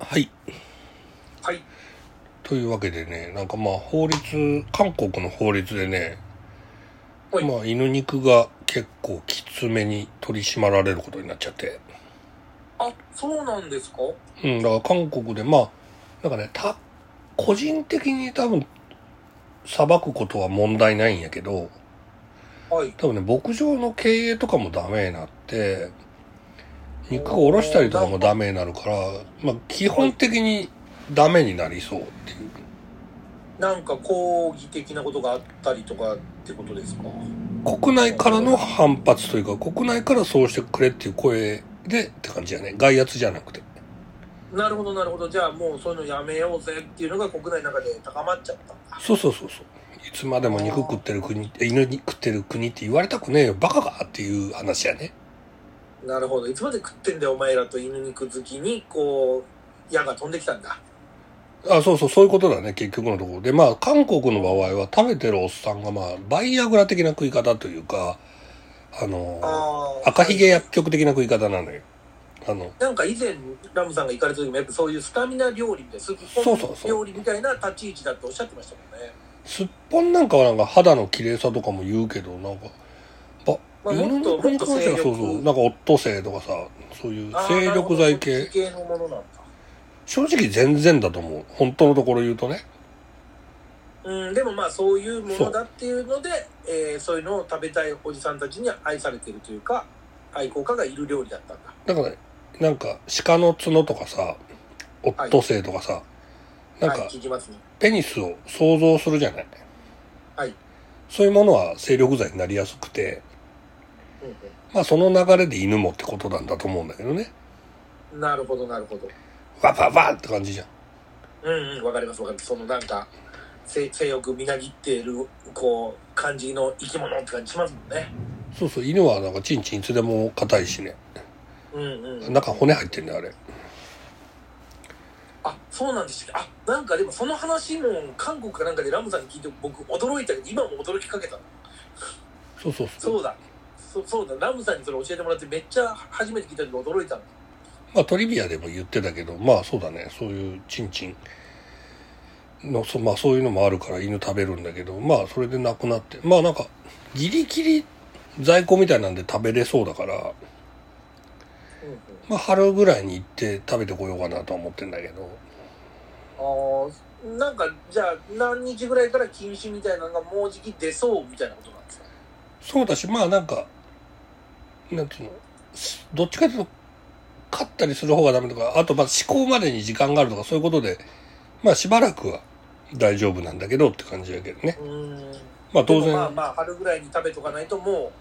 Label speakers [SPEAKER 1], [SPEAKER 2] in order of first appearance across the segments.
[SPEAKER 1] はい。
[SPEAKER 2] はい。
[SPEAKER 1] というわけでね、なんかまあ法律、韓国の法律でね、
[SPEAKER 2] はい
[SPEAKER 1] まあ犬肉が結構きつめに取り締まられることになっちゃって。
[SPEAKER 2] あ、そうなんですか
[SPEAKER 1] うん、だから韓国でまあ、なんかね、た、個人的に多分、裁くことは問題ないんやけど、
[SPEAKER 2] はい。
[SPEAKER 1] 多分ね、牧場の経営とかもダメになって、肉をおろしたりとかもダメになるから、まあ基本的にダメになりそうっていう。
[SPEAKER 2] なんか抗議的なことがあったりとかってことですか
[SPEAKER 1] 国内からの反発というか、国内からそうしてくれっていう声でって感じやね。外圧じゃなくて。
[SPEAKER 2] なるほど、なるほど。じゃあもうそういうのやめようぜっていうのが国内の中で高まっちゃったんだ。
[SPEAKER 1] そうそうそうそう。いつまでも肉食ってる国、犬に食ってる国って言われたくねえよ。バカかっていう話やね。
[SPEAKER 2] なるほど。いつまで食ってんだよ、お前らと犬肉好きに、こう、矢が飛んできたんだ。
[SPEAKER 1] あ、そうそう、そういうことだね、結局のところ。で、まあ、韓国の場合は食べてるおっさんが、まあ、バイアグラ的な食い方というか、あの、
[SPEAKER 2] あー
[SPEAKER 1] 赤ひげ薬局的な食い方なのよ。あの、
[SPEAKER 2] なんか以前、ラムさんが行かれた時も、やっぱそういうスタミナ料理みたいな、スープ
[SPEAKER 1] そ
[SPEAKER 2] ポ
[SPEAKER 1] うそう
[SPEAKER 2] ン
[SPEAKER 1] そう
[SPEAKER 2] 料理みたいな立ち位置だっておっしゃってましたもんね。
[SPEAKER 1] すっぽんなんかはなんか肌の綺麗さとかも言うけど、なんか、ば、
[SPEAKER 2] まあ
[SPEAKER 1] 世の
[SPEAKER 2] もっと
[SPEAKER 1] 中に関しては
[SPEAKER 2] もっと
[SPEAKER 1] そ
[SPEAKER 2] 精
[SPEAKER 1] う
[SPEAKER 2] 力
[SPEAKER 1] そう、なんかオットセイとかさ、そういう
[SPEAKER 2] あー
[SPEAKER 1] 精力剤
[SPEAKER 2] なる
[SPEAKER 1] 系
[SPEAKER 2] ほ、どそっち系のものなんだ。
[SPEAKER 1] 正直全然だと思う。本当のところ言うとね。
[SPEAKER 2] うん、でもまあそういうものだっていうのでそう,、えーそういうのを食べたいおじさんたちに愛されてるというか愛好家がいる料理だったんだ
[SPEAKER 1] だから、なんか鹿の角とかさ、オットセイとかさ、なん
[SPEAKER 2] はい
[SPEAKER 1] か
[SPEAKER 2] 聞きますね
[SPEAKER 1] ペニスを想像するじゃない。
[SPEAKER 2] はい、
[SPEAKER 1] そういうものは精力剤になりやすくて、
[SPEAKER 2] うん
[SPEAKER 1] まあその流れで犬もってことなんだと思うんだけどね。
[SPEAKER 2] うん、なるほどなるほど
[SPEAKER 1] わばばって感じじゃん。
[SPEAKER 2] うんうんわかりますわかりますそのなんか性性欲みなぎっているこう感じの生き物って感じしますもんね
[SPEAKER 1] そうそう、犬はなんかチンチンいつでも硬いしね。
[SPEAKER 2] うんうん
[SPEAKER 1] 中骨入ってんだよ、あれ。
[SPEAKER 2] あそうなんですあなんかでもその話も韓国かなんかでラムさんに聞いて僕驚いたけど今も驚きかけた
[SPEAKER 1] そうそうそう。
[SPEAKER 2] そうだそそうだラムさんにそれ教えてもらってめっちゃ初めて聞いた時驚いたんだ
[SPEAKER 1] まあトリビアでも言ってたけど、まあそうだね、そういうチンチンの、そまあそういうのもあるから犬食べるんだけど、まあそれでなくなって、まあなんかギリギリ在庫みたいなんで食べれそうだから、
[SPEAKER 2] うんうん
[SPEAKER 1] まあ春ぐらいに行って食べてこようかなとは思ってんだけど、
[SPEAKER 2] ああ、なんか、じゃあ、何日ぐらいから禁止みたいなのがもうじき出そうみたいなことなんですか
[SPEAKER 1] そうだし、まあなんか、なんつうの、すどっちかというと、勝ったりする方がダメとか、あとまあ思考までに時間があるとかそういうことで、まあしばらくは大丈夫なんだけどって感じやけどね。
[SPEAKER 2] うーん。
[SPEAKER 1] まあ当
[SPEAKER 2] で
[SPEAKER 1] 然。
[SPEAKER 2] もまあまあ、春ぐらいに食べとかないと、も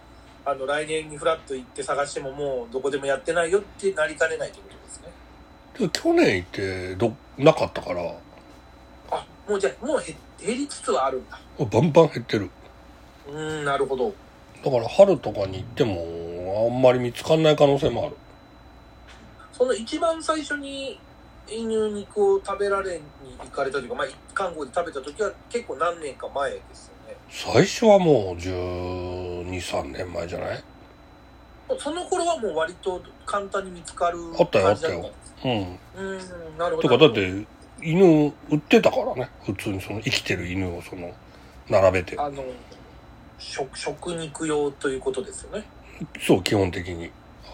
[SPEAKER 2] う、あの、来年にフラッと行って探しても、もう、どこでもやってないよってなりかねないってことですね。
[SPEAKER 1] で去年行ってどなかったから
[SPEAKER 2] あ、もうじゃあ、もう減減りつつはあるんだ。
[SPEAKER 1] バンバン減ってる
[SPEAKER 2] うーん、なるほど。
[SPEAKER 1] だから春とかに行ってもあんまり見つかんない可能性もある
[SPEAKER 2] その一番最初に、犬肉を食べられに行かれたというか、まあ、韓国で食べた時は結構何年か前ですよね。
[SPEAKER 1] 最初はもう123年前じゃない
[SPEAKER 2] その頃はもう割と簡単に見つかる
[SPEAKER 1] あったよ
[SPEAKER 2] 感じだん
[SPEAKER 1] あ
[SPEAKER 2] で
[SPEAKER 1] っ
[SPEAKER 2] す
[SPEAKER 1] うん
[SPEAKER 2] うん、なるほ
[SPEAKER 1] と
[SPEAKER 2] ど。
[SPEAKER 1] かだって犬売ってたからね普通にその生きてる犬をその並べて
[SPEAKER 2] あの、食、食肉用ということですよね。
[SPEAKER 1] そう基本的に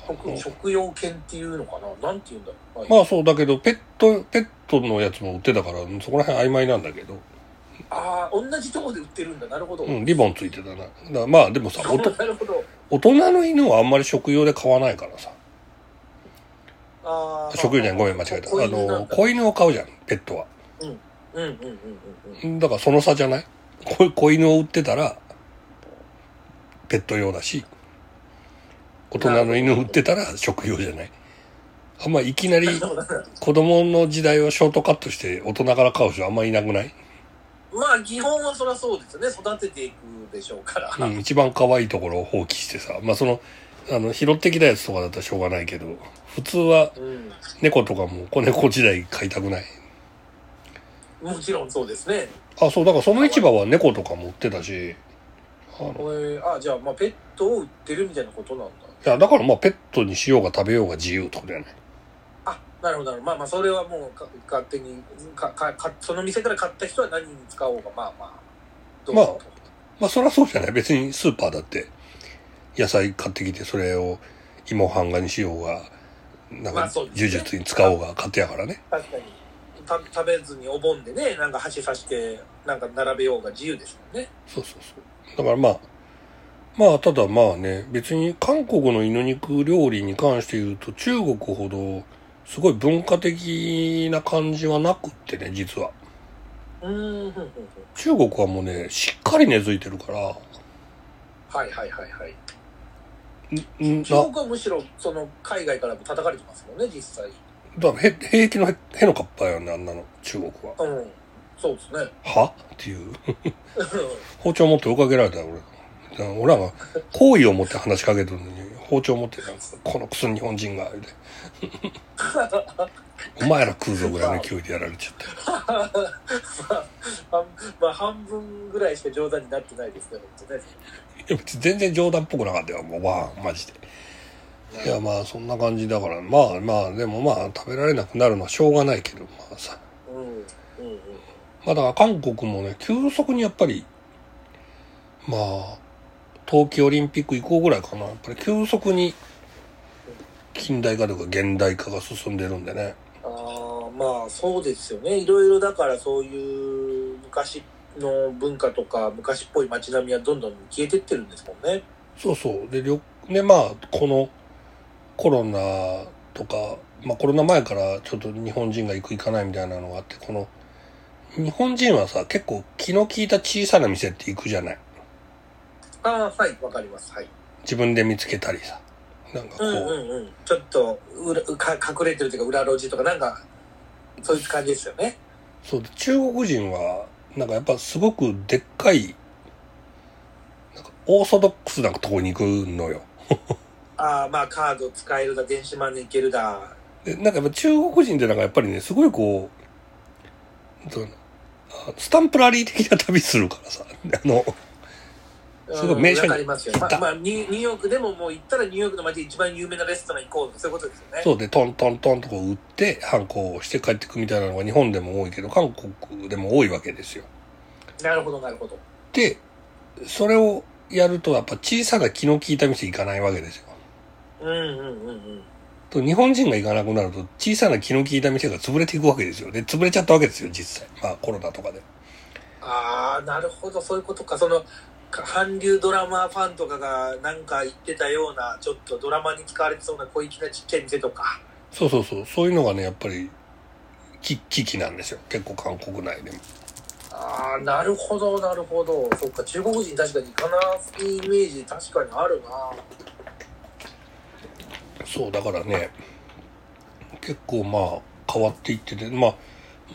[SPEAKER 2] 食、食用犬っていうのかななんて言うんだろう。
[SPEAKER 1] まあそうだけどペットペットのやつも売ってたからそこら辺曖昧なんだけど、
[SPEAKER 2] ああ、同じとこで売ってるんだ。なるほど。
[SPEAKER 1] うん、リボンついてたなだからまあでもさおと
[SPEAKER 2] なるほど。
[SPEAKER 1] 大人の犬はあんまり食用で買わないからさ
[SPEAKER 2] ああ。
[SPEAKER 1] 食用じゃんごめん間違えたあの子犬を買うじゃんペットは
[SPEAKER 2] うんうんうんうんうん。
[SPEAKER 1] だからその差じゃない子子犬を売ってたらペット用だし大人の犬を売ってたら食用じゃないあんまいきなり子供の時代をショートカットして大人から買う人あんまいなくない、
[SPEAKER 2] まあ、基本はそりゃそうですよね。育てていくでしょうから。
[SPEAKER 1] うん、一番可愛いところを放棄してさまあそのあの拾ってきたやつとかだったらしょうがないけど普通は
[SPEAKER 2] うん。
[SPEAKER 1] 猫とかも子猫時代買いたくない
[SPEAKER 2] もちろんそうですね。
[SPEAKER 1] あそうだからその市場は猫とかも売ってたしあの
[SPEAKER 2] これ、あじゃあ、まあ、ペットを売ってるみたいなことなんだ。
[SPEAKER 1] いや、だからまあペットにしようが食べようが自由ってことやね。
[SPEAKER 2] あ、なるほどなるほどまあまあそれはもうか勝手にかかかその店から買った人は何に使おうがまあまあどうぞと、
[SPEAKER 1] まあそりゃそうじゃない。別にスーパーだって野菜買ってきてそれを芋半がにしようが、なん
[SPEAKER 2] ま
[SPEAKER 1] か
[SPEAKER 2] あそうですね
[SPEAKER 1] 呪術に使おうが勝手やからね。
[SPEAKER 2] 確かにた食べずにお盆でねなんか箸刺してなんか並べようが自由ですもんね
[SPEAKER 1] そうそうそう。だからまあ、まあただまあね、別に韓国の犬肉料理に関して言うと中国ほどすごい文化的な感じはなくってね、実は。
[SPEAKER 2] うーんふんふんふん
[SPEAKER 1] 中国はもうね、しっかり根付いてるから、
[SPEAKER 2] はいはいはいはい
[SPEAKER 1] んん
[SPEAKER 2] 中
[SPEAKER 1] な
[SPEAKER 2] 国はむしろその海外からも叩かれてますもんね実際
[SPEAKER 1] だからへ平気のへへのかっぱやね、あんなの、中国は。
[SPEAKER 2] うんそうですね
[SPEAKER 1] はっていう。包丁持って追いかけられたよ、俺。だから俺らが好意を持って話しかけてるのに、包丁持ってなんか、このクソ日本人が、言うて お前ら食うぞぐらいの勢いでやられちゃった。
[SPEAKER 2] 半まあ半分ぐらいしか冗談になってないですね本当ね
[SPEAKER 1] いや別に全然冗談っぽくなかったよ、もう、わあ、マジで。いや、まあ、そんな感じだから、まあまあ、でもまあ、食べられなくなるのはしょうがないけど、まあさ。
[SPEAKER 2] うんうんうん
[SPEAKER 1] まあ、だから韓国もね、急速にやっぱり、まあ、冬季オリンピック以降ぐらいかな。やっぱり急速に近代化というか現代化が進んでるんでね。
[SPEAKER 2] あーまあそうですよねいろいろだからそういう昔の文化とか昔っぽい街並みはどんどん消えてってるんですもんね
[SPEAKER 1] そうそう。で、旅で、まあ、このコロナとか、まあコロナ前からちょっと日本人が行く行かないみたいなのがあって、この、日本人はさ、結構気の利いた小さな店って行くじゃない。
[SPEAKER 2] ああはいわかりますはい
[SPEAKER 1] 自分で見つけたりさ。なんかこ
[SPEAKER 2] う
[SPEAKER 1] う、
[SPEAKER 2] んうんうんちょっと裏か隠れてるというか裏路地とかなんかそういう感じですよね
[SPEAKER 1] そうで中国人はなんかやっぱすごくでっかいなんかオーソドックスなとこに行くのよ
[SPEAKER 2] ああまあカード使えるだ電子マネーいけるだ
[SPEAKER 1] でなんかやっぱ中国人ってなんかやっぱりねすごいこうそうあスタンプラリー的な旅するからさ あの
[SPEAKER 2] うん
[SPEAKER 1] すごい名所に
[SPEAKER 2] わかりますよ、
[SPEAKER 1] 行
[SPEAKER 2] ま
[SPEAKER 1] った
[SPEAKER 2] まあ、ニュニューヨークでももう行ったらニューヨークの街で一番有名なレストラン行こうとかそういうことですよね
[SPEAKER 1] そうでトントントンとこう売って反抗をして帰ってくみたいなのが日本でも多いけど韓国でも多いわけですよ
[SPEAKER 2] なるほどなるほど
[SPEAKER 1] でそれをやるとやっぱ小さな気の利いた店行かないわけですよ
[SPEAKER 2] うんうんうんうん
[SPEAKER 1] と日本人が行かなくなると小さな気の利いた店が潰れていくわけですよ。で、潰れちゃったわけですよ、実際。まあコロナとかで。
[SPEAKER 2] ああなるほどそういうことかそのか韓流ドラマファンとかがなんか言ってたようなちょっとドラマに使われてそうな小粋なちっちゃい店とか
[SPEAKER 1] そうそうそう。そういうのがね、やっぱり、き危機なんですよ。結構韓国内でも。
[SPEAKER 2] ああなるほどなるほどそっか中国人確かに行かないイメージ確かにあるな
[SPEAKER 1] そう、だからね、結構まあ変わっていってて、まあ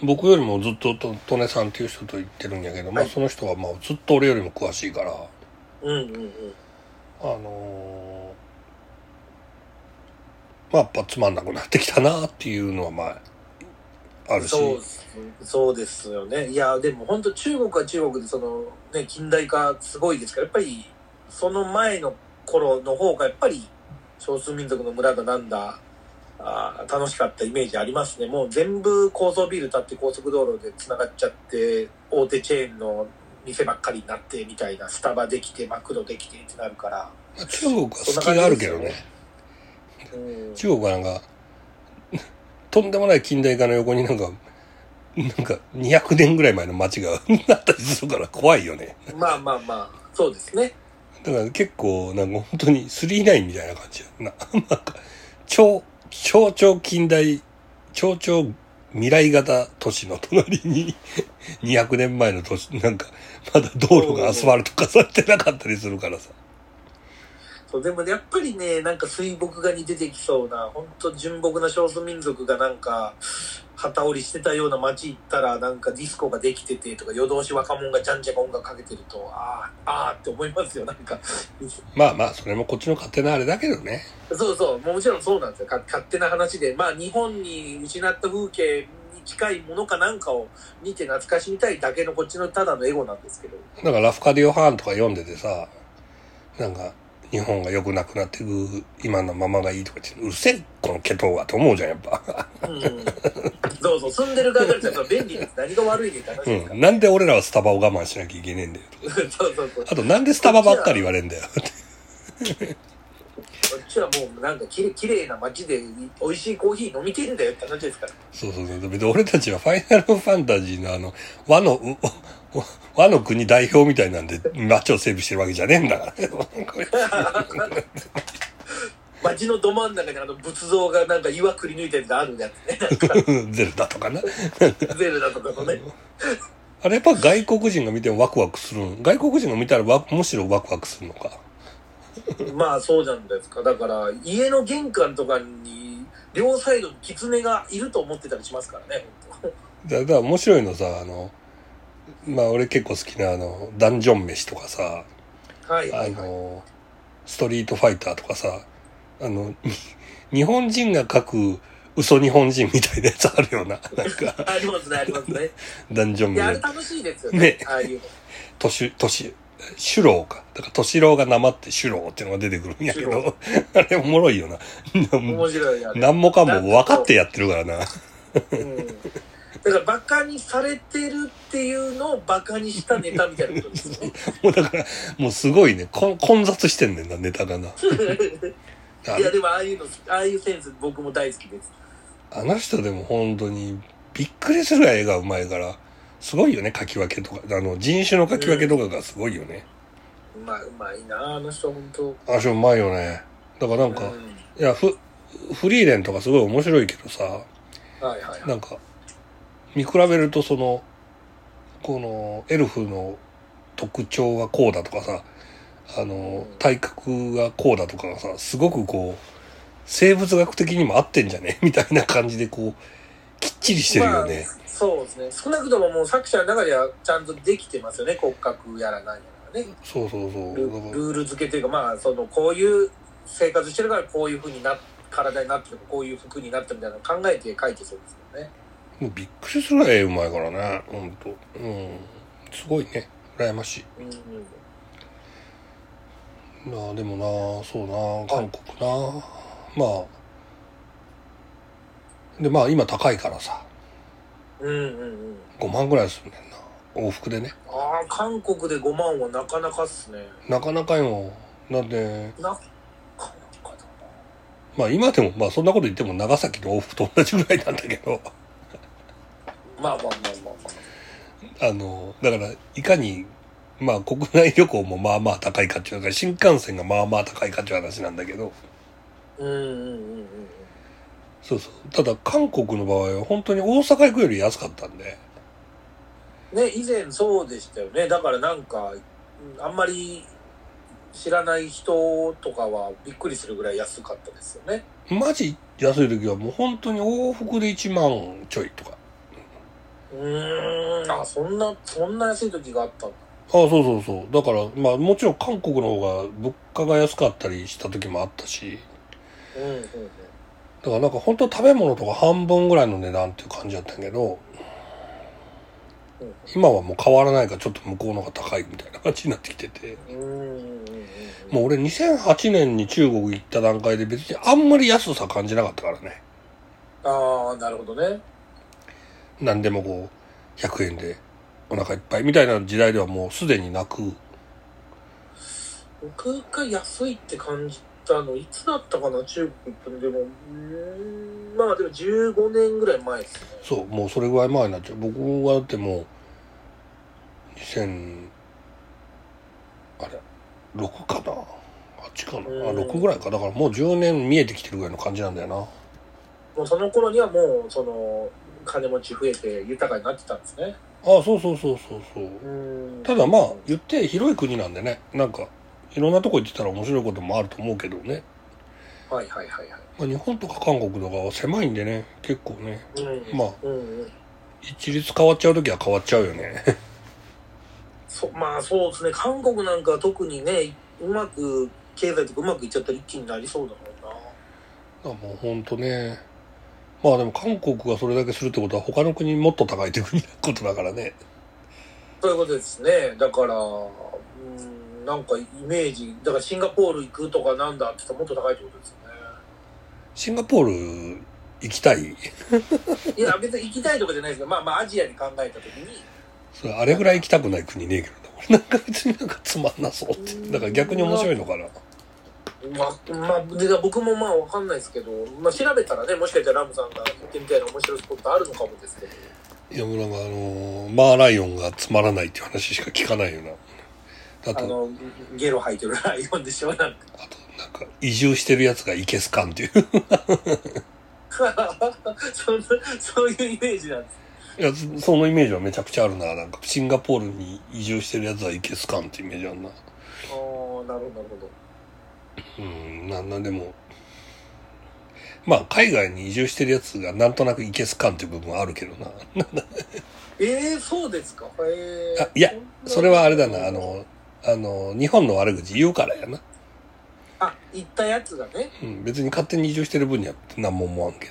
[SPEAKER 1] 僕よりもずっととトネさんっていう人と行ってるんやけど、まあ
[SPEAKER 2] はい
[SPEAKER 1] その人はまあずっと俺よりも詳しいから、
[SPEAKER 2] うんうんうん
[SPEAKER 1] あのーまあやっぱつまんなくなってきたなっていうのはまあ、あるし。
[SPEAKER 2] そうっすそうですよねいやでも本当中国は中国でその、ね、近代化すごいですからやっぱりその前の頃の方がやっぱり少数民族の村がなんだあー楽しかったイメージありますねもう全部高層ビル建って高速道路でつながっちゃって大手チェーンの店ばっかりになってみたいなスタバできてマクドできてってなるから、
[SPEAKER 1] まあ中国は隙があるけどね
[SPEAKER 2] うん、
[SPEAKER 1] 中国はなんかとんでもない近代化の横になんかなんか200年ぐらい前の街がなったりするから怖いよね
[SPEAKER 2] まあまあまあそうですね
[SPEAKER 1] だから結構なんか本当に39みたいな感じやななんか超超超近代超超未来型都市の隣に200年前の都市なんかまだ道路がアスファルト化されてなかったりするからさ
[SPEAKER 2] そうでもねやっぱりねなんか水墨画に出てきそうな本当純朴な少数民族がなんか旗織りしてたような街行ったらなんかディスコができててとか夜通し若者がじゃんじゃか音楽かけてるとあーあーって思いますよなんか
[SPEAKER 1] まあまあそれもこっちの勝手なあれだけどね
[SPEAKER 2] そうそうもちろんそうなんですよか勝手な話でまあ日本に失った風景に近いものかなんかを見て懐かしみたいだけのこっちのただのエゴなんですけど
[SPEAKER 1] なんかラフカディオ・ハーンとか読んでてさ、なんか日本が良くなくなっていく、今のままがいいとか言って、うるせえ、このケトはと思うじゃん、やっぱ。
[SPEAKER 2] うん。そうそう、住んでる側からすると便利です。何が悪いねんって話ですか
[SPEAKER 1] うん。なんで俺らはスタバを我慢しなきゃいけねえんだよ。
[SPEAKER 2] ら。 そうそうそう。
[SPEAKER 1] あと、なんでスタバばっかり言われんだよ。
[SPEAKER 2] こっちはもうなんかきれ綺麗な街で美味しいコーヒー飲みてえんだよって話ですから。
[SPEAKER 1] そうそうそう。別に俺たちはファイナルファンタジーのあの、和の、うお和の国代表みたいなんで、街を整備してるわけじゃねえんだから。
[SPEAKER 2] 街のど真ん中にあの仏像がなんか岩くり抜いてるのあるやつね。
[SPEAKER 1] ゼルダとかな。
[SPEAKER 2] ゼルダとかのね。
[SPEAKER 1] あれやっぱ外国人が見てもワクワクするん。外国人が見たらわむしろワクワクするのか。
[SPEAKER 2] まあそうじゃないですか。だから家の玄関とかに両サイドに狐がいると思ってたりしますからね。本
[SPEAKER 1] だだから面白いのさ、あの、まあ俺結構好きなあの、ダンジョン飯とかさ、
[SPEAKER 2] 当はいは
[SPEAKER 1] あ
[SPEAKER 2] いはい。
[SPEAKER 1] の、ストリートファイターとかさ、あの、 に日本人が書く嘘日本人みたいなやつあるよ な。なんか、
[SPEAKER 2] ありますね、ありますね。
[SPEAKER 1] ダンジョン
[SPEAKER 2] いや、あれ
[SPEAKER 1] 飯。
[SPEAKER 2] 楽しいですよね。
[SPEAKER 1] ね
[SPEAKER 2] ああいうの。
[SPEAKER 1] とし、とし、シュローか。だから、としろうがなまってシュローっていうのが出てくるんやけ
[SPEAKER 2] シュロ
[SPEAKER 1] ど、 あれおもろいよな。
[SPEAKER 2] 面白いやつ。
[SPEAKER 1] 何もかも分かってやってるから な。
[SPEAKER 2] うんだからバカにされてるっていうのをバカにしたネタみたいなことですよね。
[SPEAKER 1] もうだから、もうすごいね、こん混雑してんねんな、ネタがな。あ
[SPEAKER 2] いやでもああいうのああいうセンス僕も大好きです。
[SPEAKER 1] あの人でも本当にびっくりするぐらい絵がうまいから、すごいよね、書き分けとか。あの、人種の書き分けとかがすごいよね。
[SPEAKER 2] うまいうまいなあの人本当。
[SPEAKER 1] あの人うまいよね。だからなんか、
[SPEAKER 2] うん
[SPEAKER 1] いや、フ、フリーレンとかすごい面白いけどさ、
[SPEAKER 2] はいはいはい。
[SPEAKER 1] なんか、見比べるとその、この、エルフの特徴はこうだとかさ、あの、体格がこうだとかがさ、すごくこう、生物学的にも合ってんじゃねみたいな感じでこう、きっちりしてるよね。
[SPEAKER 2] まあ、そうですね。少なくとももう作者の中ではちゃんとできてますよね。骨格やらなんやらね。
[SPEAKER 1] そうそうそう。
[SPEAKER 2] ルル
[SPEAKER 1] だから
[SPEAKER 2] ール付けというか、まあ、その、こういう生活してるからこういう風にな、体になってる、こういう服になったみたいなのを考えて書いてそうですよね。
[SPEAKER 1] もうびっくりするぐらい絵うまいからね、ほんと。うん。すごいね。羨ましい。
[SPEAKER 2] うんうん。
[SPEAKER 1] なあでもなそうな韓国なまあでまあ今高いからさ
[SPEAKER 2] うんうんうん。
[SPEAKER 1] 5万ぐらいするねんな往復でね
[SPEAKER 2] ああ、韓国で5万はなかなかっすね。
[SPEAKER 1] なかなかよだって
[SPEAKER 2] なかなかだ
[SPEAKER 1] まあ今でもまあそんなこと言っても長崎の往復と同じぐらいなんだけど
[SPEAKER 2] な。まあまあまあまあま
[SPEAKER 1] あのだからいかにまあ国内旅行もまあまあ高いかっていうのが新幹線がまあまあ高いかっていう話なんだけど
[SPEAKER 2] あ。うんうんうんうん。
[SPEAKER 1] そうそうただ韓国の場合は本当に大阪行くより安かったんで
[SPEAKER 2] ね、以前そうでしたよね。だからなんか、うんあんまり知らない人とかはびっくりするぐらい安かったですよね。
[SPEAKER 1] マジ安い時はもう本当に往復で1万ちょいとか。
[SPEAKER 2] うーん、あ、そんな、そんな安い時があったんだ。
[SPEAKER 1] ああ、そうそうそう。だから、まあもちろん韓国の方が物価が安かったりした時もあったし、
[SPEAKER 2] うんうんうん。
[SPEAKER 1] だからなんか本当食べ物とか半分ぐらいの値段っていう感じだったけど
[SPEAKER 2] うん、
[SPEAKER 1] 今はもう変わらないからちょっと向こうの方が高いみたいな感じになってきてて。
[SPEAKER 2] うんうんうんうん
[SPEAKER 1] もう俺2008年に中国行った段階で別にあんまり安さ感じなかったからね。
[SPEAKER 2] ああ、なるほどね。
[SPEAKER 1] 何でもこう、100円でお腹いっぱいみたいな時代ではもうすでになく、
[SPEAKER 2] 僕が安いって感じたのいつだったかな中国行ったのでもうーんまあでも15年ぐらい前ですね
[SPEAKER 1] そう、もうそれぐらい前になっちゃう。僕はだってもう、2000、あれ、6かな ?8 かなあ、
[SPEAKER 2] うん
[SPEAKER 1] 6ぐらいか。だからもう10年見えてきてるぐらいの感じなんだよな。
[SPEAKER 2] もうその頃にはもうその金持ち増えて豊かになってたんですね
[SPEAKER 1] ああ、そうそうそうそうそう。
[SPEAKER 2] うん
[SPEAKER 1] ただまあ、言って広い国なんでね、なんか、いろんなとこ行ってたら面白いこともあると思うけどね。
[SPEAKER 2] はいはいはいはい
[SPEAKER 1] まあ、日本とか韓国とかは狭いんでね、結構ね、
[SPEAKER 2] うん
[SPEAKER 1] まあ
[SPEAKER 2] うんうん
[SPEAKER 1] 一律変わっちゃうときは変わっちゃうよね。
[SPEAKER 2] そまあそうですね韓国なんかは特にねうまく経済とかうまくいっちゃったら一気になりそうだもんな
[SPEAKER 1] あもうほんとねまあでも韓国がそれだけするってことは他の国もっと高いっていうことだからね
[SPEAKER 2] そういうことですねだからうんなんかイメージ、だからシンガポール行くとかなんだって言ったらもっと高いってことです
[SPEAKER 1] シンガポール行きたい
[SPEAKER 2] よね。いや、別に行きたいとかじゃないですけど、まあまあアジアに考えたときに、
[SPEAKER 1] それあれぐらい行きたくない国ねえけどな俺なんか別になんかつまんなそうってだから逆に面白いのかな
[SPEAKER 2] まあ、まあ、で僕もまあわかんないですけど、まあ調べたらね、もしかしたらラムさんが行ってみたいな面白いスポットあるのかもですけど。
[SPEAKER 1] いやもうなんかあのーマーライオンがつまらないっていう話しか聞かないよなあ
[SPEAKER 2] あ
[SPEAKER 1] と
[SPEAKER 2] の、ゲロ吐いてるライオンでしょなんか。
[SPEAKER 1] あとなんか移住してるやつがいけすかんっていう
[SPEAKER 2] そんなそういうイメージなんです。
[SPEAKER 1] いやそそのイメージはめちゃくちゃあるななんかシンガポールに移住してるやつはいけすかんってイメージあるな
[SPEAKER 2] ああ、なるほど、なるほど。
[SPEAKER 1] うんなんなんでもまあ海外に移住してるやつがなんとなくいけすかんっていう部分はあるけどな
[SPEAKER 2] ええそうですかへえ
[SPEAKER 1] あいやそれはあれだなあのあの日本の悪口言うからやな、
[SPEAKER 2] あ行ったやつがね、
[SPEAKER 1] うん、別に勝手に移住してる分には何も思わんけ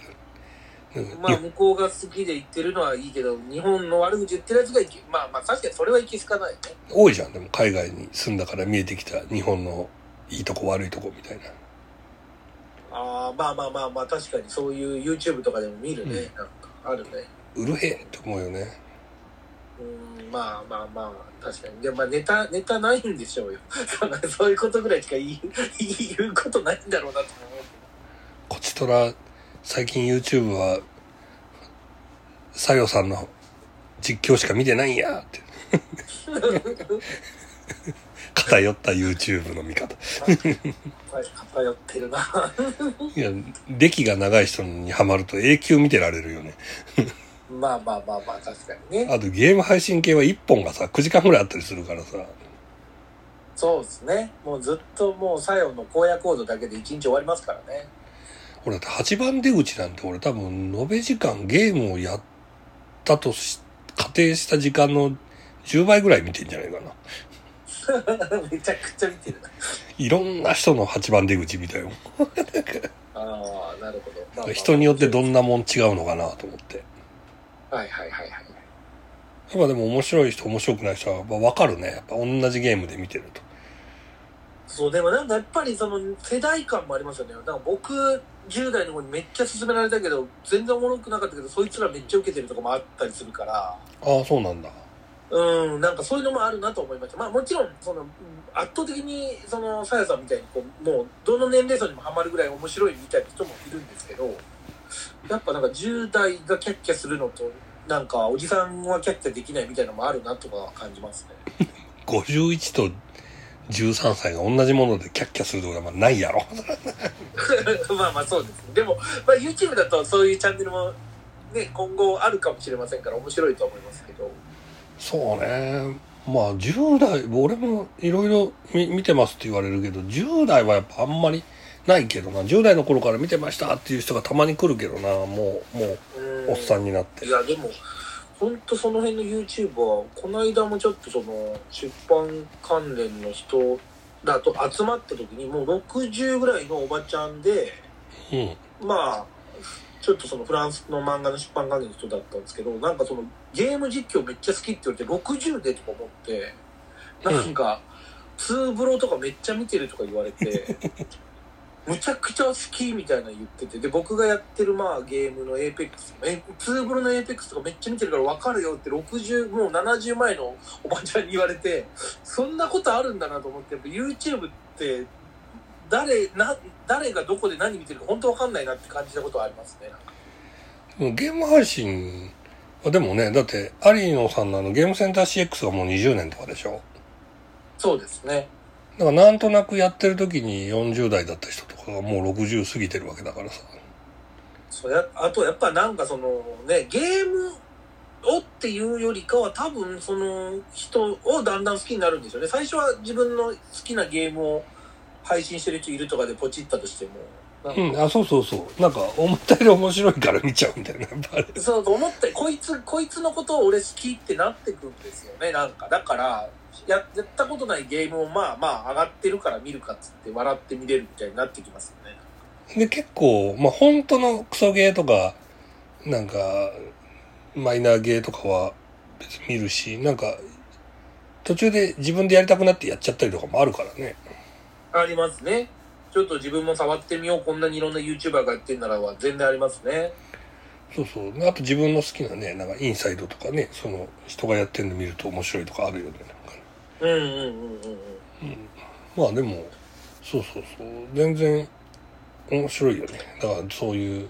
[SPEAKER 1] ど、うん
[SPEAKER 2] まあ、向こうが好きで行ってるのはいいけど日本の悪口言ってるやつが行きまあまあ確かにそれは行き着かないね
[SPEAKER 1] 多いじゃんでも海外に住んだから見えてきた日本のいいとこ悪いとこみたいな
[SPEAKER 2] ああまあまあまあまあ確かにそういう YouTube とかでも見るね、
[SPEAKER 1] うん
[SPEAKER 2] なんかあるね
[SPEAKER 1] うるへえって思うよね
[SPEAKER 2] うんまあまあまあ確かにでまあネタネタないんでしょうよ そんなそういうことぐらいしか言い 言うことないんだろうなと思う
[SPEAKER 1] こちとら最近 YouTube はさよさんの実況しか見てないんやって 偏った YouTube の見方
[SPEAKER 2] はい偏ってるな
[SPEAKER 1] いや歴が長い人にハマると永久見てられるよね
[SPEAKER 2] まあまあまあまあ確かにね
[SPEAKER 1] あとゲーム配信系は1本がさ9時間ぐらいあったりするからさ
[SPEAKER 2] そうですねもうずっともう作用の荒野コードだけで一日終わりますからね
[SPEAKER 1] 俺だって8番出口なんて俺多分延べ時間ゲームをやったとし仮定した時間の10倍ぐらい見てんじゃないかな
[SPEAKER 2] めちゃくちゃ見てるな。
[SPEAKER 1] いろんな人の8番出口見たよ
[SPEAKER 2] ああ、なるほど。まあまあ
[SPEAKER 1] 人によってどんなもん違うのかなと思って
[SPEAKER 2] はいはいはいはい。
[SPEAKER 1] やっぱでも面白い人面白くない人はやっぱ分かるねやっぱ同じゲームで見てると
[SPEAKER 2] そう、でもなんかやっぱりその世代感もありますよね。なんか僕、10代の子にめっちゃ勧められたけど、全然おもろくなかったけど、そいつらめっちゃ受けてるとかもあったりするから、
[SPEAKER 1] ああそうなんだ
[SPEAKER 2] うん、なんかそういうのもあるなと思いました。まあもちろん、その、うん圧倒的に、その、さやさんみたいに、こう、もう、どの年齢層にもハマるぐらい面白いみたいな人もいるんですけど、やっぱなんか10代がキャッキャするのと、なんかおじさんはキャッキャできないみたいなのもあるなとかは感じますね。
[SPEAKER 1] 51と13歳が同じものでキャッキャするとかまあないやろ
[SPEAKER 2] まあまあそうです。でも、まあ、YouTube だとそういうチャンネルも、ね、今後あるかもしれませんから面白いと思いますけど。
[SPEAKER 1] そうねまあ10代俺もいろいろ見見てますって言われるけど10代はやっぱあんまりないけどな10代の頃から見てましたっていう人がたまに来るけどなもうもうおっさんになって
[SPEAKER 2] いや、でも、ほんとその辺の YouTube は、この間もちょっとその、出版関連の人らと集まった時に、もう60ぐらいのおばちゃんで、
[SPEAKER 1] うん
[SPEAKER 2] まあ、ちょっとそのフランスの漫画の出版関係の人だったんですけど、なんかそのゲーム実況めっちゃ好きって言われて60でとか思って、なんか、ツーブロとかめっちゃ見てるとか言われて、むちゃくちゃ好きみたいな言ってて、で、僕がやってるまあゲームのエーペックス、え、ツーブロのエーペックスとかめっちゃ見てるからわかるよって60、もう70前のおばちゃんに言われて、そんなことあるんだなと思って、やっぱ YouTube って誰な誰がどこで何見てるか本当わかんないなって感じたことはありますね。
[SPEAKER 1] もうゲーム配信はでもねだって有野さんのあのゲームセンター CX はもう20年とかでしょ
[SPEAKER 2] そうですね。
[SPEAKER 1] だからなんとなくやってる時に40代だった人とかがもう60過ぎてるわけだからさ
[SPEAKER 2] そうやあとやっぱなんかそのねゲームをっていうよりかは多分その人をだんだん好きになるんでしょうね。最初は自分の好きなゲームを配信してる人いるとかでポチったとしても。なんか
[SPEAKER 1] うんあそうそうそうなんか思ったより面白いから見ちゃうみたいなやっぱあれ
[SPEAKER 2] そうと思ってこいつこいつのことを俺好きってなってくんですよねなんかだからややったことないゲームをまあまあ上がってるから見るかっつって笑って見れるみたいになってきますよね
[SPEAKER 1] で、結構、まあ、本当のクソゲーとか、なんか、マイナーゲーとかは別に見るし、なんか、途中で自分でやりたくなってやっちゃったりとかもあるからね。
[SPEAKER 2] ありますね。ちょっと自分も触ってみよう、こんなにいろんな YouTuber がやってんならは全然ありますね。
[SPEAKER 1] そうそう。あと自分の好きなね、なんかインサイドとかね、その人がやってるの見ると面白いとかあるよね。なんかね
[SPEAKER 2] うんうんうんうんうん。
[SPEAKER 1] まあでも、そうそうそう。全然面白いよね。だからそういう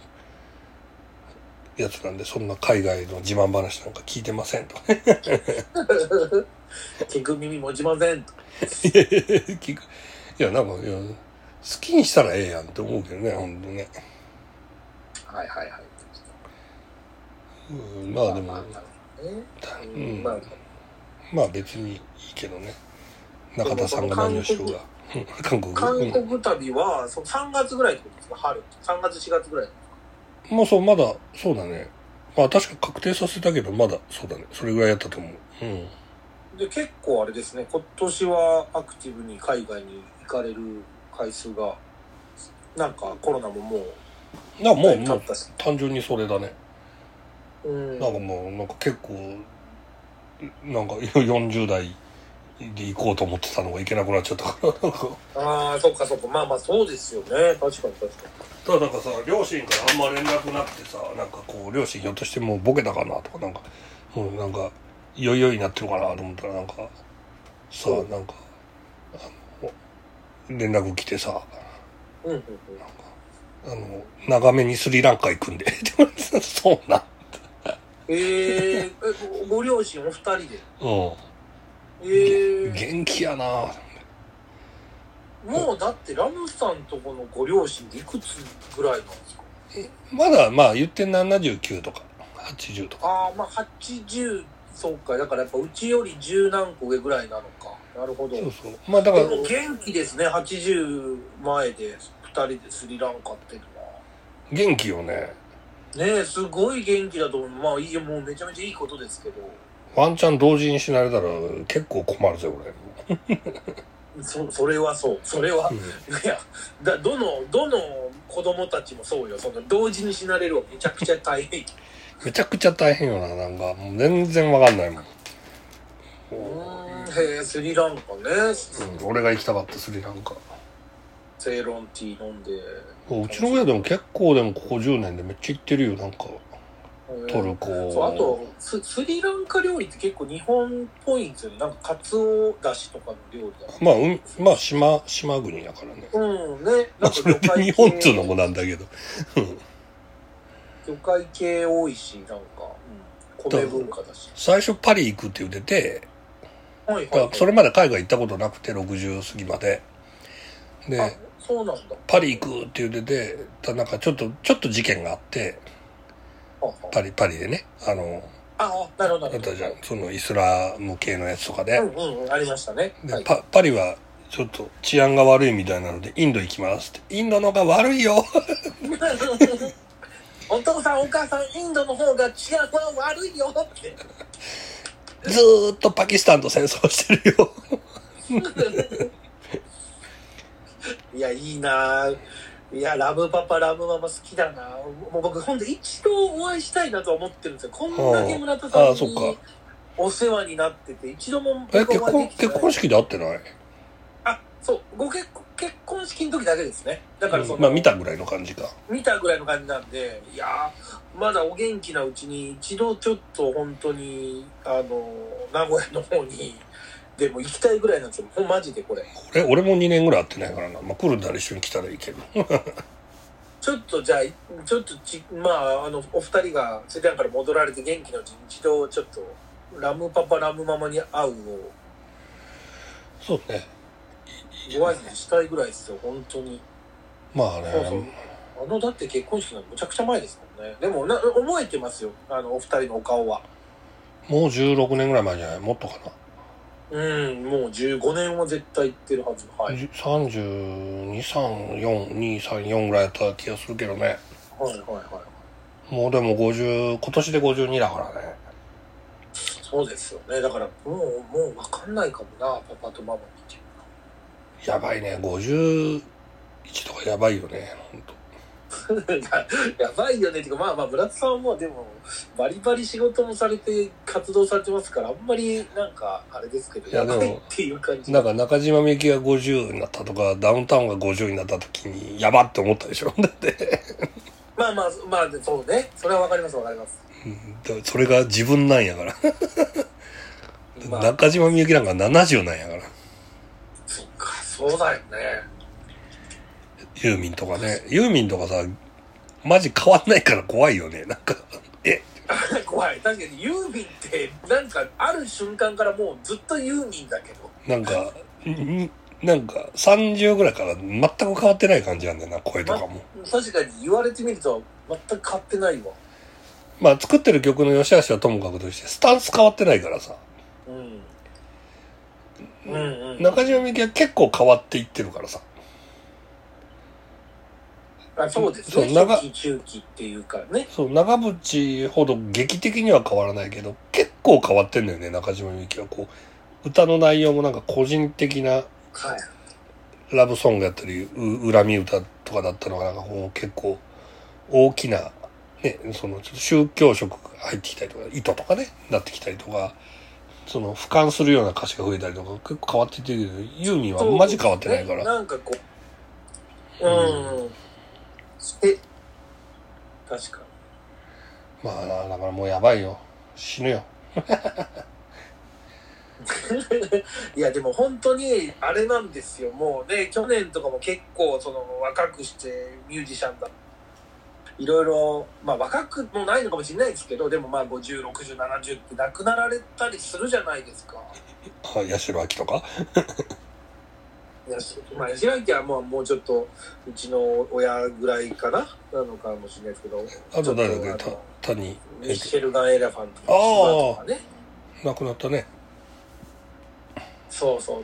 [SPEAKER 1] やつなんで、そんな海外の自慢話なんか聞いてませんとか ね。
[SPEAKER 2] 聞く耳持ちませんと。
[SPEAKER 1] 聞く。いや、なんか、いや、好きにしたらええやんって思うけどね、ほんとね。
[SPEAKER 2] はいはいはい。
[SPEAKER 1] うん、まあでも、
[SPEAKER 2] まあねう
[SPEAKER 1] うん
[SPEAKER 2] んまあ
[SPEAKER 1] まあ別にいいけどね。中田さんが何をしようが。うん韓国。
[SPEAKER 2] 韓
[SPEAKER 1] うん
[SPEAKER 2] 国旅は、その3月ぐらいってことですか春。3月4月ぐらい。
[SPEAKER 1] まあそう、まだ、そうだね。まあ確か確定させたけど、まだ、そうだね。それぐらいやったと思う。うん。
[SPEAKER 2] で、結構あれですね、今年はアクティブに海外に行かれる回数が、なんかコロナももう、
[SPEAKER 1] なもう、
[SPEAKER 2] 経
[SPEAKER 1] もう
[SPEAKER 2] っ、たし。
[SPEAKER 1] 単純にそれだね。
[SPEAKER 2] うん。
[SPEAKER 1] なんかもう、なんか結構、なんか40代で行こうと思ってたのが行けなくなっちゃったから、 なんか。
[SPEAKER 2] ああ、そっかそっか。まあまあそうですよね。確かに確か
[SPEAKER 1] ただなんかさ、両親からあんま連絡なくてさ、なんかこう、両親ひょっとしてもうボケたかなとか、なんか、もうなんか、いよいよになってるかなと思ったら、なんか、さ、
[SPEAKER 2] うん
[SPEAKER 1] なんか、あの、連絡来てさ、
[SPEAKER 2] に。うんうん
[SPEAKER 1] あの、長めにスリランカ行くんで、 って言われてそうなん。
[SPEAKER 2] うん。えー、えご両親お二人で。
[SPEAKER 1] う
[SPEAKER 2] え
[SPEAKER 1] ん。
[SPEAKER 2] え
[SPEAKER 1] 元気やな
[SPEAKER 2] もうだってラムさんとこのご両親っていくつぐらいなんですか
[SPEAKER 1] まだ、まあ言って79とか、80とか。
[SPEAKER 2] ああ、まあ80、そうか。だからやっぱうちより10何個上ぐらいなのか。なるほど。
[SPEAKER 1] そう
[SPEAKER 2] で
[SPEAKER 1] そう。まあだから、
[SPEAKER 2] も元気ですね。80前で2人でスリランカっていうのは。
[SPEAKER 1] 元気よね。
[SPEAKER 2] ねえ、すごい元気だと思う。まあいいよ、もうめちゃめちゃいいことですけど。
[SPEAKER 1] ワンチャン同時に死なれたら結構困るぜ、俺。
[SPEAKER 2] そそれはそう。それは。いやだどのどの子供たちもそうよその同時に死なれるはめちゃくちゃ大変
[SPEAKER 1] めちゃくちゃ大変よな、なんか。もう全然わかんないもん。
[SPEAKER 2] へえスリランカね
[SPEAKER 1] うん俺が行きたかったスリランカ。
[SPEAKER 2] セイロンティー飲んで
[SPEAKER 1] うちの親でも結構でもここ10年でめっちゃ行ってるよ、なんか。トルコ。
[SPEAKER 2] そうあとススリランカ料理って結構日本っぽいんですよねなんかカツオだしとかの料理だ
[SPEAKER 1] まあ、うん、まあ、島、島国だからね。
[SPEAKER 2] うんね
[SPEAKER 1] まあ、
[SPEAKER 2] なん
[SPEAKER 1] そ
[SPEAKER 2] か
[SPEAKER 1] れ で日
[SPEAKER 2] 魚介
[SPEAKER 1] 本っつうの
[SPEAKER 2] 系
[SPEAKER 1] もなんだけど。
[SPEAKER 2] 魚介系多いしなんか、うん、米文化だし
[SPEAKER 1] 最初パリ行くって言ってて、
[SPEAKER 2] はいはい、
[SPEAKER 1] だ
[SPEAKER 2] は
[SPEAKER 1] から
[SPEAKER 2] い、
[SPEAKER 1] それまで海外行ったことなくて、60過ぎまで。
[SPEAKER 2] あ
[SPEAKER 1] で、
[SPEAKER 2] そうなんだ
[SPEAKER 1] パリ行くって言ってて、たなんかちょっと、ちょっと事件があって、
[SPEAKER 2] あ
[SPEAKER 1] パリ、パリでね、あの、
[SPEAKER 2] あなるほど
[SPEAKER 1] あ
[SPEAKER 2] なる
[SPEAKER 1] っ
[SPEAKER 2] ほど
[SPEAKER 1] たじゃん、そのイスラム系のやつとかで、
[SPEAKER 2] うんうんうんありましたね
[SPEAKER 1] で
[SPEAKER 2] はい
[SPEAKER 1] パパリはちょっと治安が悪いみたいなのでインド行きますってインドのが悪い よ
[SPEAKER 2] お父さんお母さんインドの方が治安は悪いよって
[SPEAKER 1] ずーっとパキスタンと戦争してるよ
[SPEAKER 2] いやいいなあいやラブパパラブママ好きだなあもう僕ほんと一度お会いしたいなとは思ってるんですよこんだけ村田さ
[SPEAKER 1] あ
[SPEAKER 2] ん
[SPEAKER 1] あそっか
[SPEAKER 2] にお世話になってて一度も
[SPEAKER 1] え結
[SPEAKER 2] 僕お会
[SPEAKER 1] 婚
[SPEAKER 2] いできて
[SPEAKER 1] 結
[SPEAKER 2] ない
[SPEAKER 1] 婚式で会ってない、
[SPEAKER 2] あそうご結婚結婚式の時だけですねだからその、
[SPEAKER 1] まあ見たぐらいの感じか
[SPEAKER 2] 見たぐらいの感じなんでいやーまだお元気なうちに一度ちょっと本当にあの名古屋の方にでも行きたいぐらいなんですよほんマジでこれ
[SPEAKER 1] 俺俺も2年ぐらい会ってないからな、まあ、来るんだら一緒に来たらいいけど
[SPEAKER 2] ちょっとじゃあちょっとちまああのお二人がセダンから戻られて元気なうちに一度ちょっとラムパパラムママに会うを
[SPEAKER 1] そうね
[SPEAKER 2] ご挨拶したいぐらいですよ本当に
[SPEAKER 1] まあね
[SPEAKER 2] そうそうあのだって結婚式なんてむちゃくちゃ前ですもんねでもな覚えてますよあのお二人のお顔は
[SPEAKER 1] もう16年ぐらい前じゃないもっとか
[SPEAKER 2] うんもう15年は絶対行ってるはずは
[SPEAKER 1] ない3234234ぐらいやった気がするけどね
[SPEAKER 2] はいはいはい。
[SPEAKER 1] もうでも50今年で52だからね
[SPEAKER 2] そうですよね。だから、もう、もうわかんないかもな、パパとママ見て。
[SPEAKER 1] やばいね51とかやばいよね本当
[SPEAKER 2] やばいよねっていうかまあまあ村田さんはもうでもバリバリ仕事もされて活動されてますからあんまりなんかあれですけど
[SPEAKER 1] いや
[SPEAKER 2] や
[SPEAKER 1] で
[SPEAKER 2] ば
[SPEAKER 1] も
[SPEAKER 2] いっていう感じ
[SPEAKER 1] なんか中島みゆきが50になったとか、ダウンタウンが50になった時に、やばって思ったでしょ だって、
[SPEAKER 2] まあまあまあそうねそれはわかりますわかります、
[SPEAKER 1] うんそれが自分なんやから。
[SPEAKER 2] まあ、
[SPEAKER 1] 中島みゆきなんか70なんやから。
[SPEAKER 2] そっかそうだよね
[SPEAKER 1] ユーミンとかね。ユーミンとかさ、マジ変わんないから怖いよね。なんか、え、
[SPEAKER 2] 怖い確かにユーミンってなんかある瞬間からもうずっとユーミンだけど
[SPEAKER 1] なんか、んなんか30ぐらいから全く変わってない感じなんだよな、声とかも。
[SPEAKER 2] 確かに言われてみると全く変わってないわ
[SPEAKER 1] まあ作ってる曲の良し悪しはともかくとして、スタンス変わってないからさ。
[SPEAKER 2] うんうんうん、
[SPEAKER 1] 中島みゆきは結構変わっていってるからさ。
[SPEAKER 2] あそうですね
[SPEAKER 1] そう長
[SPEAKER 2] 初期中期っていうかね
[SPEAKER 1] そう、長渕ほど劇的には変わらないけど、結構変わってんだよね、中島みゆきは。こう、歌の内容もなんか個人的な
[SPEAKER 2] はい
[SPEAKER 1] ラブソングやったり、う恨み歌とかだったのが、なんかこう結構大きな、ね、そのちょっと宗教色が入ってきたりとか、糸とかね、なってきたりとか、その俯瞰するような歌詞が増えたりとか、結構変わっていってるけど、ユーミンはマジ変わってないから。
[SPEAKER 2] ね
[SPEAKER 1] う
[SPEAKER 2] なんかこう、うん。え、確か
[SPEAKER 1] まあな、だからもうやばいよ。死ぬよ。
[SPEAKER 2] に。いや、でも本当に、あれなんですよ。もうね、去年とかも結構、その、若くしてミュージシャンだ。いろいろ、まあ若くもないのかもしれないですけど、でもまあ50、60、70って亡くなられたりするじゃないですか。
[SPEAKER 1] あ八代亜紀とか。
[SPEAKER 2] いや、そまあ、吉明はもうもうちょっと、うちの親ぐらいかななのかもしれないですけど。
[SPEAKER 1] あと誰だっけ
[SPEAKER 2] ちょっとあの
[SPEAKER 1] た谷、え
[SPEAKER 2] ミ
[SPEAKER 1] っと
[SPEAKER 2] シェルガン・エレファント
[SPEAKER 1] あー
[SPEAKER 2] とかね。
[SPEAKER 1] 亡くなったね。
[SPEAKER 2] そうそう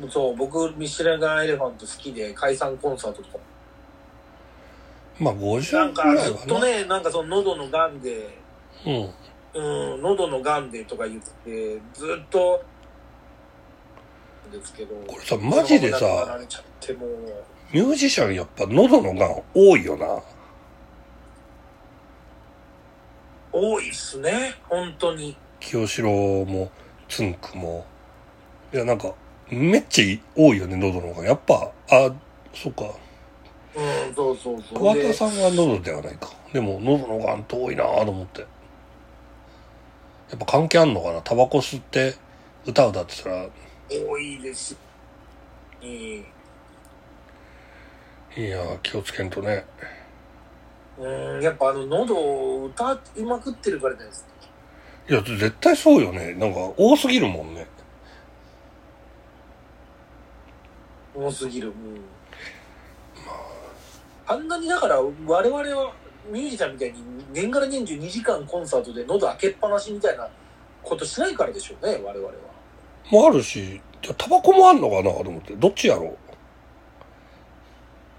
[SPEAKER 2] そう。そう、僕、ミシェルガン・エレファント好きで、解散コンサートとか。
[SPEAKER 1] まあ
[SPEAKER 2] な
[SPEAKER 1] 50
[SPEAKER 2] ん
[SPEAKER 1] ぐらい
[SPEAKER 2] か、
[SPEAKER 1] は
[SPEAKER 2] ずっとね、なんかその喉の癌で、
[SPEAKER 1] ね
[SPEAKER 2] うん、喉の癌でとか言って、ずっと、ですけど。
[SPEAKER 1] これさマジでさ
[SPEAKER 2] そのまま亡くなられちゃってもう
[SPEAKER 1] うん。ミュージシャンやっぱ喉のがん多いよな。
[SPEAKER 2] 多いっすね、本当に。
[SPEAKER 1] 清志郎も、つんくも。いや、なんか、めっちゃ多いよね、喉のが。やっぱ、あ、そうか。
[SPEAKER 2] うん、そうそうそう。
[SPEAKER 1] 桑
[SPEAKER 2] で
[SPEAKER 1] 田さんが喉ではないか。でも、喉のがんって多いなぁと思って。やっぱ関係あんのかなタバコ吸って歌歌ってたら、
[SPEAKER 2] 多いです。うん
[SPEAKER 1] いやー気をつけんとね。
[SPEAKER 2] うん、やっぱあの、喉を歌いまくってるからじゃないですか。
[SPEAKER 1] いや、絶対そうよね。なんか、多すぎるもんね。
[SPEAKER 2] 多すぎる、うん、あんなにだから我々はミュージシャンみたいに年がら年中2時間コンサートで喉開けっぱなしみたいなことしないからでしょうね我々は
[SPEAKER 1] もあるし、じゃあタバコもあんのかなと思って。どっちやろう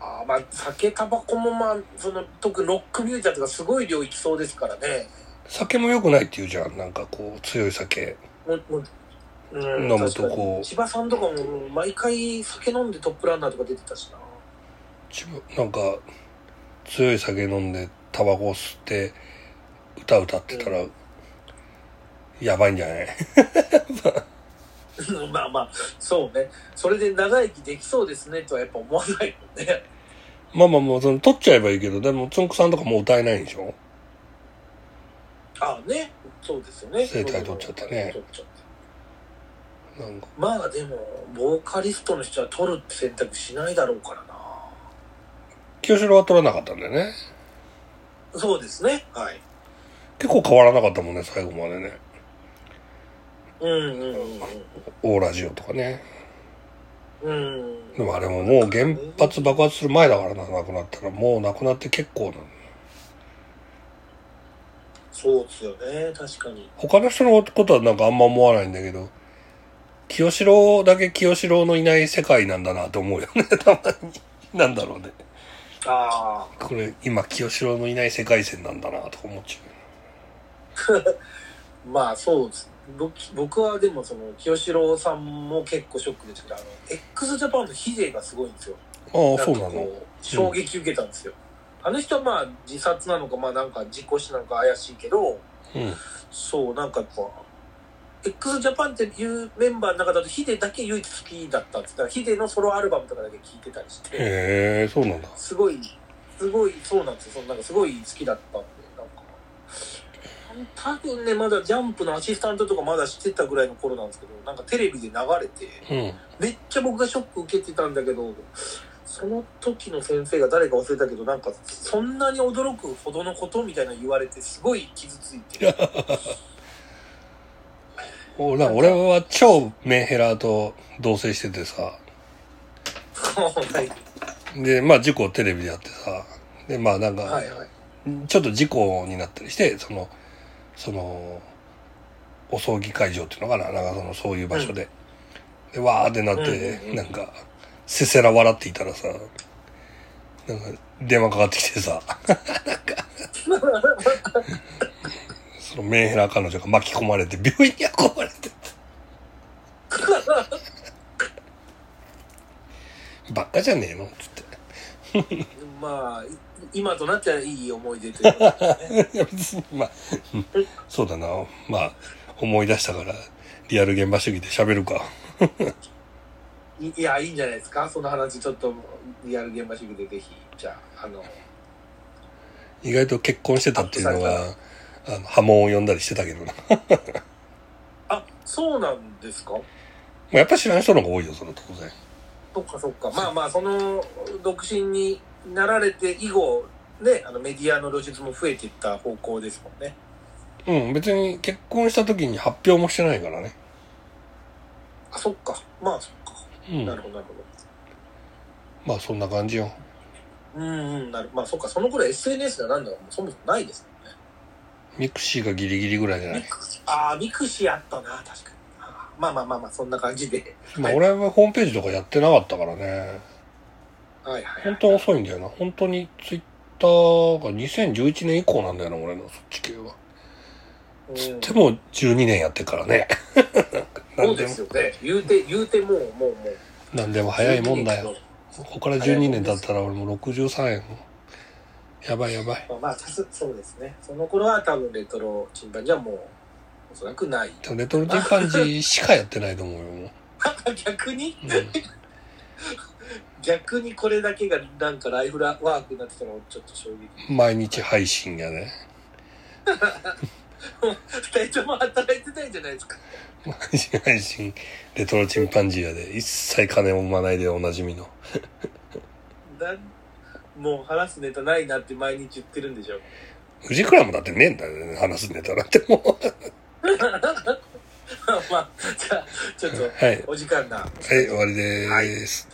[SPEAKER 2] あーまあ酒タバコもまあその特にロックミュージシャンとかすごい量いきそうですからね
[SPEAKER 1] 酒も良くないって言うじゃん。なんかこう、強い酒。
[SPEAKER 2] もうもううん
[SPEAKER 1] 飲むとこう
[SPEAKER 2] 確かに千葉さんとかももう毎回酒飲んでトップランナーとか出てたしな
[SPEAKER 1] 自分なんか強い酒飲んでタバコ吸って歌歌ってたら、やばいんじゃない
[SPEAKER 2] うんまあまあそうねそれで長生きできそうですねとはやっぱ思わないもんね
[SPEAKER 1] まあまあもうその取っちゃえばいいけどでもつんくさんとかもう歌えないんでしょ
[SPEAKER 2] あね、そうですよね。
[SPEAKER 1] 声帯取っちゃったね
[SPEAKER 2] 取っちゃった
[SPEAKER 1] なんか
[SPEAKER 2] まあでも、ボーカリストの人は取るって選択しないだろうからな。
[SPEAKER 1] 清志郎は取らなかったんだよね
[SPEAKER 2] そうですね。はい。
[SPEAKER 1] 結構変わらなかったもんね最後までね
[SPEAKER 2] うんうんうん
[SPEAKER 1] オーラジオとかね
[SPEAKER 2] うん。うん。
[SPEAKER 1] でもあれももう原発爆発する前だからな亡くなったらもう亡くなって結構な
[SPEAKER 2] そうですよね。確かに。
[SPEAKER 1] 他の人のことはなんかあんま思わないんだけど清志郎だけ清志郎のいない世界なんだなと思うよね たまになんだろうね
[SPEAKER 2] ああ。
[SPEAKER 1] これ今清志郎のいない世界線なんだなとか思っちゃ
[SPEAKER 2] まあそうです。僕僕はでもその、清志郎さんも結構ショックですけど、あの、x ジャパンのヒデがすごいんですよ。
[SPEAKER 1] うああ
[SPEAKER 2] なん
[SPEAKER 1] そ
[SPEAKER 2] か
[SPEAKER 1] うなの
[SPEAKER 2] こう衝撃受けたんですよ。あの人はまあ自殺なのか、まあなんか事故死なのか怪しいけ
[SPEAKER 1] う
[SPEAKER 2] ど、
[SPEAKER 1] ん。
[SPEAKER 2] そう、なんかやっぱ、x ジャパンっていうメンバーの中だとヒデだけ唯一好きだったっつったら、ヒデのソロアルバムとかだけ聴いてたりして、
[SPEAKER 1] へえ、そうなんだ。
[SPEAKER 2] すごい、すごい、そうなんですよ。そのなんかすごい好きだったんで、なんか。多分ね、まだジャンプのアシスタントとかまだしてたぐらいの頃なんですけど、なんかテレビで流れて、
[SPEAKER 1] うん。
[SPEAKER 2] めっちゃ僕がショック受けてたんだけど、その時の先生が誰か忘れたけど、なんか、そんなに驚くほどのことみたいなの言われて、すごい傷ついて。
[SPEAKER 1] おな俺は超メンヘラと同棲しててさ。
[SPEAKER 2] はい
[SPEAKER 1] で、まあ事故をテレビでやってさ。で、まあなんか、
[SPEAKER 2] はいはい。
[SPEAKER 1] ちょっと事故になったりして、その、その、お葬儀会場っていうのかな、なんかその、そういう場所で。で、わーってなって、
[SPEAKER 2] うんうんうん
[SPEAKER 1] なんか、せせら笑っていたらさ、なんか、電話かかってきて さ、なんか、そのメンヘラ彼女が巻き込まれて、病院に運ばれてた。ばっかじゃねえのつって。
[SPEAKER 2] まあ、い今となってはいい思い出というか、
[SPEAKER 1] いや別にまあ、うんそうだな。まあ、思い出したから、リアル現場主義で喋るか。
[SPEAKER 2] いいや、いいんじゃないですか、その話、ちょっとリアル現場主義でぜひ、じゃあ、あの、
[SPEAKER 1] 意外と結婚してたっていうの
[SPEAKER 2] ア
[SPEAKER 1] は、あの波紋を呼んだりしてたけどな。ま
[SPEAKER 2] あそうなんですか、
[SPEAKER 1] あやっぱ知らない人の方が多いよ、その当然。
[SPEAKER 2] そっかそっか、まあまあ、その独身になられて以後、ね、あのメディアの露出も増えていった方向ですもんね。
[SPEAKER 1] うん、別に結婚した時に発表もしてないからね。
[SPEAKER 2] あ、そっか、まあ、そっか、
[SPEAKER 1] うん。
[SPEAKER 2] なるほど、なるほど。
[SPEAKER 1] まあそんな感じよ。
[SPEAKER 2] うんうん、なるまあ、そっか、その頃 SNS がなんだろう、もうそもそもないですもんね。
[SPEAKER 1] ミクシーがギリギリぐらいじゃな
[SPEAKER 2] ミ
[SPEAKER 1] い。
[SPEAKER 2] クシああ、ミクシーあったな、確かに。あーまあまあまあまあ、そんな感じで。
[SPEAKER 1] まあ俺はホームページとかやってなかったからね。
[SPEAKER 2] はいはい、はい
[SPEAKER 1] 本。当遅いんだよな。本当にツイッターが2011年以降なんだよな、俺のそっち系は。
[SPEAKER 2] うん
[SPEAKER 1] でも12年やってるからね。
[SPEAKER 2] そう
[SPEAKER 1] 何
[SPEAKER 2] で
[SPEAKER 1] ですも、
[SPEAKER 2] よね。言うて、言うてもう、もう、もう。
[SPEAKER 1] 何でも早いもんだよ。。ここから12年経ったら俺も63円。やばいやばい。
[SPEAKER 2] まあ、まあ、たすそうですね。その頃は多分レトロチンパンジーはもう、おそらくない。
[SPEAKER 1] レトルチンパンジーしかやってないと思うよ。もう
[SPEAKER 2] 逆に
[SPEAKER 1] う
[SPEAKER 2] 逆にこれだけがなんかライフラワークになってたのちょっと衝撃。
[SPEAKER 1] ん毎日配信やね。
[SPEAKER 2] 二人とも働いてないじゃないですか。
[SPEAKER 1] 毎日配信、レトロチンパンジーやで。一切金も生まないでおなじみの。
[SPEAKER 2] なんもう話すネタないなって毎日言ってるんでしょ。
[SPEAKER 1] フジクラムだってねえんだよね。話すネタだってもう。
[SPEAKER 2] まあ、じゃあ、ちょっと、
[SPEAKER 1] はい。はい、
[SPEAKER 2] お時間だ。
[SPEAKER 1] 終わりでーす。